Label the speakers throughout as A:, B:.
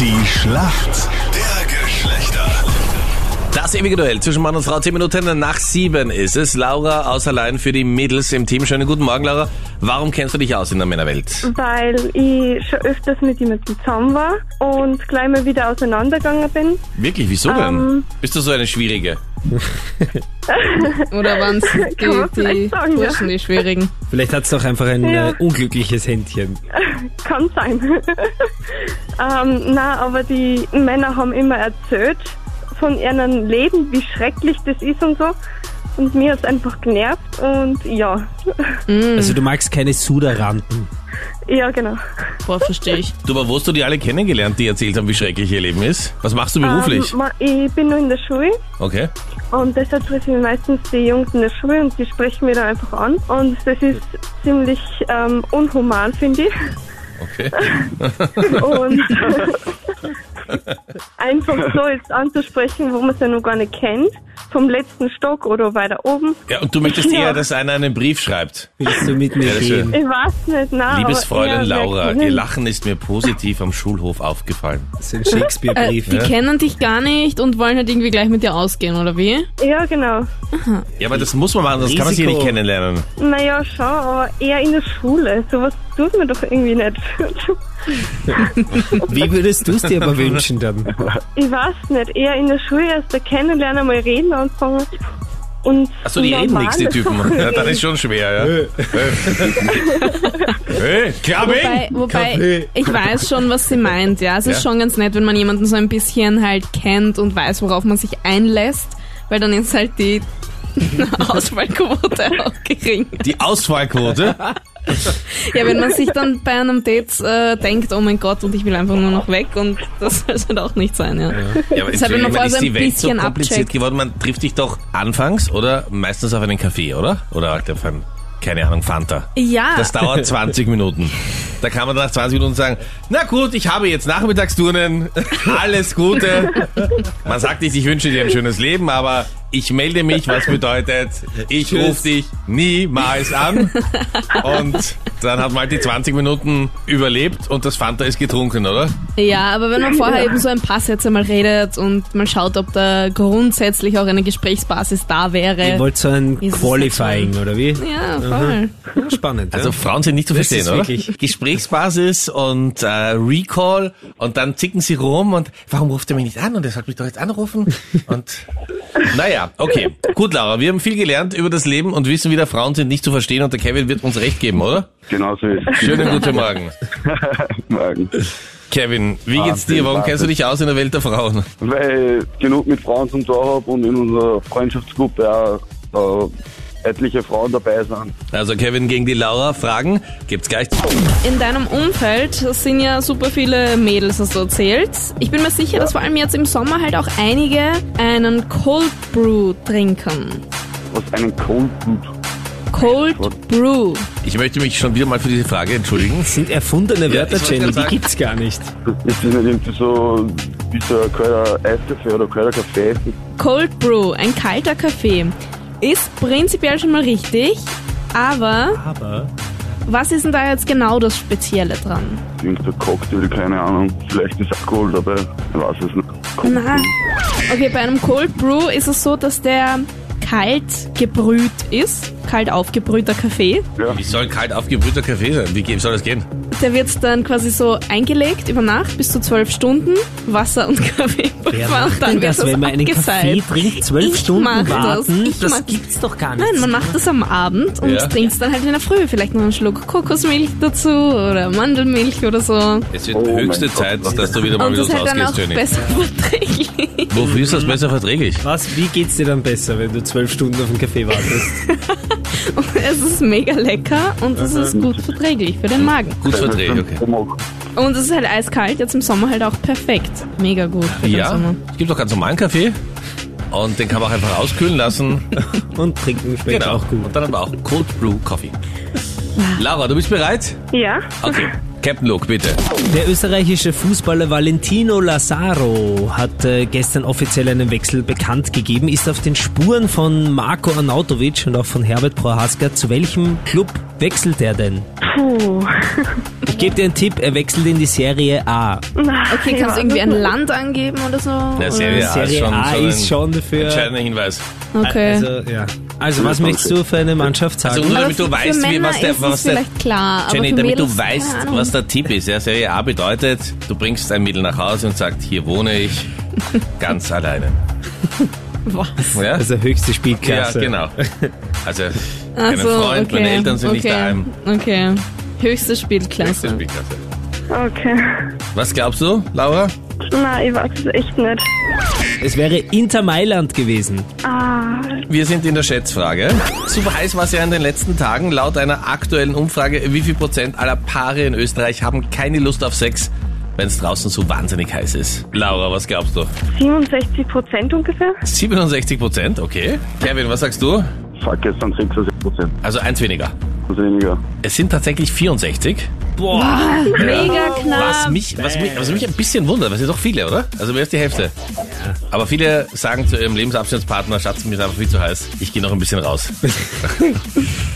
A: Die Schlacht der Geschlechter.
B: Das ewige Duell zwischen Mann und Frau, 10 Minuten nach 7 ist es. Laura aus allein für die Mädels im Team. Schönen guten Morgen, Laura. Warum kennst du dich aus in der Männerwelt?
C: weil ich schon öfters mit jemandem zusammen war und gleich mal wieder auseinandergegangen bin.
B: Wirklich, wieso
C: Ähm.
B: denn? Bist du so eine Schwierige?
D: Oder waren es
C: Kann man
D: die, die
C: vielleicht sagen, ja.
D: Burschen, die schwierigen?
E: Vielleicht hat's doch einfach ein
C: Ja.
E: äh, unglückliches Händchen.
C: Kann sein. ähm, na, aber die Männer haben immer erzählt von ihrem Leben, wie schrecklich das ist und so. Und mir ist einfach genervt und ja,
D: Mhm.
E: Also du magst keine Suderanten.
C: ja genau.
D: Boah, verstehe ich.
B: Du, aber wo hast du die alle kennengelernt, die erzählt haben, wie schrecklich ihr Leben ist? Was machst du beruflich?
C: Ähm, ma- ich bin nur in der Schule
B: Okay.
C: und deshalb treffe ich meistens die Jungs in der Schule und die sprechen mir dann einfach an. Und das ist ziemlich ähm, unhuman, finde ich.
B: Okay.
C: Und einfach so jetzt anzusprechen, wo man es ja noch gar nicht kennt, vom letzten Stock oder weiter oben.
B: Ja, und du möchtest
C: Ja.
B: eher, dass einer einen Brief schreibt.
E: Willst du mit
B: Ja,
E: mir
B: das ist
E: gehen?
C: Ich weiß nicht, nein.
B: Liebes
C: Ah, aber eher
B: Fräulein Laura,
C: wirklich.
B: ihr Lachen ist mir positiv am Schulhof aufgefallen.
E: Das ist ein
D: Äh,
E: Shakespeare-Brief.
D: die kennen dich gar nicht und wollen halt irgendwie gleich mit dir ausgehen, oder wie?
C: Ja, genau.
B: Ja, aber das muss man machen, sonst kann man sie
E: Risiko.
B: nicht kennenlernen.
C: Naja, schon, aber eher in der Schule. Sowas tut man doch irgendwie nicht.
E: Wie würdest du es dir aber wünschen dann?
C: ich weiß nicht, eher in der Schule erst da kennenlernen, mal reden anfangen. Und
B: Achso, die reden nichts, die
C: normale
B: Typen.
C: Sachen
B: Ja, dann
C: reden.
B: ist schon schwer, ja. Äh, hey, Clubbing!
D: Wobei, wobei
E: Kaffee.
D: ich weiß schon, was sie meint. Ja, es ist
B: Ja.
D: schon ganz nett, wenn man jemanden so ein bisschen halt kennt und weiß, worauf man sich einlässt, weil dann ist halt die Auswahlquote auch gering.
B: Die Auswahlquote?
D: Ja, wenn man sich dann bei einem Date äh, denkt, oh mein Gott, und ich will einfach nur noch weg und das soll es halt auch nicht sein, ja.
B: Ja, aber
D: Das hat man
B: Entschuldigung,
D: vorher
B: ist
D: so ein
B: die Welt so
D: bisschen
B: kompliziert
D: abcheckt.
B: geworden? Man trifft dich doch anfangs oder meistens auf einen Kaffee, oder? Oder halt auf einen, keine Ahnung, Fanta.
D: Ja.
B: Das dauert 20 Minuten. Da kann man nach 20 Minuten sagen, na gut, ich habe jetzt Nachmittagsturnen, alles Gute. Man sagt nicht, ich wünsche dir ein schönes Leben, aber ich melde mich, was bedeutet, ich
E: Tschüss.
B: rufe dich niemals an. Und dann hat man halt die 20 Minuten überlebt und das Fanta ist getrunken, oder?
D: Ja, aber wenn man vorher eben so ein paar Sätze mal redet und mal schaut, ob da grundsätzlich auch eine Gesprächsbasis da
E: Ihr
D: wäre.
E: wollt so ein
D: Äh, Ist es
E: Qualifying, oder wie?
D: Ja, voll.
E: Spannend,
B: Also
E: also,
B: Frauen sind nicht zu
E: Das
B: verstehen,
E: ist
B: oder?
E: wirklich-
B: Gesprächsbasis und äh, Recall und dann zicken sie rum und warum ruft er mich nicht an und er sollte mich doch jetzt anrufen und naja, okay. Gut, Laura, wir haben viel gelernt über das Leben und wissen wieder, Frauen sind nicht zu verstehen und der Kevin wird uns recht geben, oder?
F: Genau so ist es.
B: Schönen guten Morgen.
F: Morgen.
B: Kevin, wie geht's
F: Wahnsinn,
B: dir? Warum
F: Wahnsinn.
B: kennst du dich aus in der Welt der Frauen?
F: Weil ich genug mit Frauen zum Tor habe und in unserer Freundschaftsgruppe auch äh, etliche Frauen dabei sind.
B: Also Kevin gegen die Laura, Fragen gibt's gleich.
D: In deinem Umfeld sind ja super viele Mädels, hast du erzählt. Ich bin mir sicher, dass vor allem jetzt im Sommer halt auch einige einen Cold Brew trinken.
F: Was einen Cold Boot.
D: Cold Brew.
B: Ich möchte mich schon wieder mal für diese Frage entschuldigen.
E: sind erfundene Wörter,
B: ich wollte
E: Jenny,
B: gerade
E: die
B: sagen.
E: gibt's gar nicht.
F: Ist das nicht irgendwie so wie so ein kalter Eiskaffee oder kalter Kaffee?
D: Cold Brew, ein kalter Kaffee, ist prinzipiell schon mal richtig, aber
E: Aber
D: was ist denn da jetzt genau das Spezielle dran?
F: Irgendein Cocktail, keine Ahnung. Vielleicht ist Alkohol dabei. Ich weiß es nicht.
D: Na. Okay, bei einem Cold Brew ist es so, dass der kalt gebrüht ist, kalt aufgebrühter Kaffee.
B: Wie soll kalt aufgebrühter Kaffee sein? Wie ge- soll das gehen?
D: Der wird dann quasi so eingelegt über Nacht bis zu zwölf Stunden, Wasser und Kaffee.
E: wer
D: und
E: macht denn das,
D: wird
E: wenn man einen Kaffee
D: abgeseift.
E: trinkt, zwölf
D: Ich
E: Stunden
D: mach das,
E: warten?
D: ich mach-
E: gibt's doch gar nicht.
D: Nein, man macht das am Abend und
B: Ja.
D: trinkt es dann halt in der Früh. Vielleicht noch einen Schluck Kokosmilch dazu oder Mandelmilch oder so.
B: Es wird
F: Oh mein
B: höchste
F: Gott.
B: Zeit, dass du wieder mal
D: Und
B: wieder
D: das ist halt dann auch
B: ausgehst, Jenny.
D: besser verträglich.
B: Wofür ist das besser verträglich?
E: Was, wie geht's dir dann besser, wenn du zwölf Stunden auf den Kaffee wartest?
D: Es ist mega lecker und
B: Mhm.
D: es ist gut verträglich für den Magen.
B: Gut verträglich, okay.
D: Und es ist halt eiskalt, jetzt im Sommer halt auch perfekt. Mega gut für den
B: Ja,
D: Sommer.
B: es gibt auch ganz normalen Kaffee. Und den kann man auch einfach auskühlen lassen.
E: Und trinken schmeckt
B: genau.
E: auch gut.
B: Und dann aber auch Cold Brew Coffee. Laura, du bist bereit?
C: Ja,
B: Okay. Captain Luke, bitte.
E: Der österreichische Fußballer Valentino Lazaro hat äh, gestern offiziell einen Wechsel bekannt gegeben, ist auf den Spuren von Marco Arnautovic und auch von Herbert Prohaska. Zu welchem Club wechselt er denn?
C: Puh.
E: Ich gebe dir einen Tipp, er wechselt in die Serie A.
D: Okay, kannst du irgendwie ein Land angeben oder so?
B: Ja, Serie A ist
E: Serie
B: schon,
E: A
B: schon ein
E: ist schon für...
B: entscheidender Hinweis.
D: Okay.
E: Also, ja. also was möchtest du für eine Mannschaft sagen?
B: Also nur
D: Aber
B: damit du
D: für
B: weißt, wie,
D: Männer
B: was der,
D: ist
B: was
D: es
B: der
D: vielleicht klar, aber
B: Jenny,
D: für
B: damit du
D: Mädels, keine
B: weißt,
D: Ahnung.
B: was der Tipp ist. Ja, Serie A bedeutet, du bringst ein Mädel nach Hause und sagst, hier wohne ich ganz alleine.
D: Was?
B: Ja,
E: Also höchste
B: ja
E: Spielklasse.
B: genau. Also,
D: Ach
B: keinen
D: so,
B: Freund,
D: okay.
B: meine Eltern sind
D: okay.
B: nicht daheim.
D: Okay. Höchste
B: Nächste
D: Spielklasse.
B: Spielklasse.
C: Okay.
B: Was glaubst du, Laura?
C: Na, ich weiß es echt nicht.
E: Es wäre Inter Mailand gewesen.
C: Ah,
B: Wir sind in der Schätzfrage. Super heiß war es ja in den letzten Tagen. Laut einer aktuellen Umfrage, wie viel Prozent aller Paare in Österreich haben keine Lust auf Sex, wenn es draußen so wahnsinnig heiß ist? Laura, was glaubst du?
C: 67 Prozent ungefähr?
B: 67 Prozent, okay. Kevin, was sagst du?
F: Fuck, es sind 66 Prozent.
B: Also eins weniger.
F: Also weniger.
B: Es sind tatsächlich 64.
E: Boah,
D: Mega knapp.
B: Was mich, was, mich, was mich ein bisschen wundert, weil sind doch viele, oder? Also mehr als die Hälfte. Aber viele sagen zu ihrem Lebensabschnittspartner, Schatz, mir ist einfach viel zu heiß. Ich gehe noch ein bisschen raus.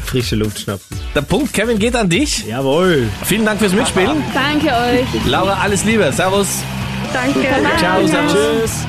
E: frische Luft schnappen.
B: Der Punkt, Kevin, geht an dich.
E: Jawohl.
B: Vielen Dank fürs Mitspielen.
D: Danke euch.
B: Laura, alles Liebe. Servus.
C: Danke.
E: Ciao, servus. Tschüss.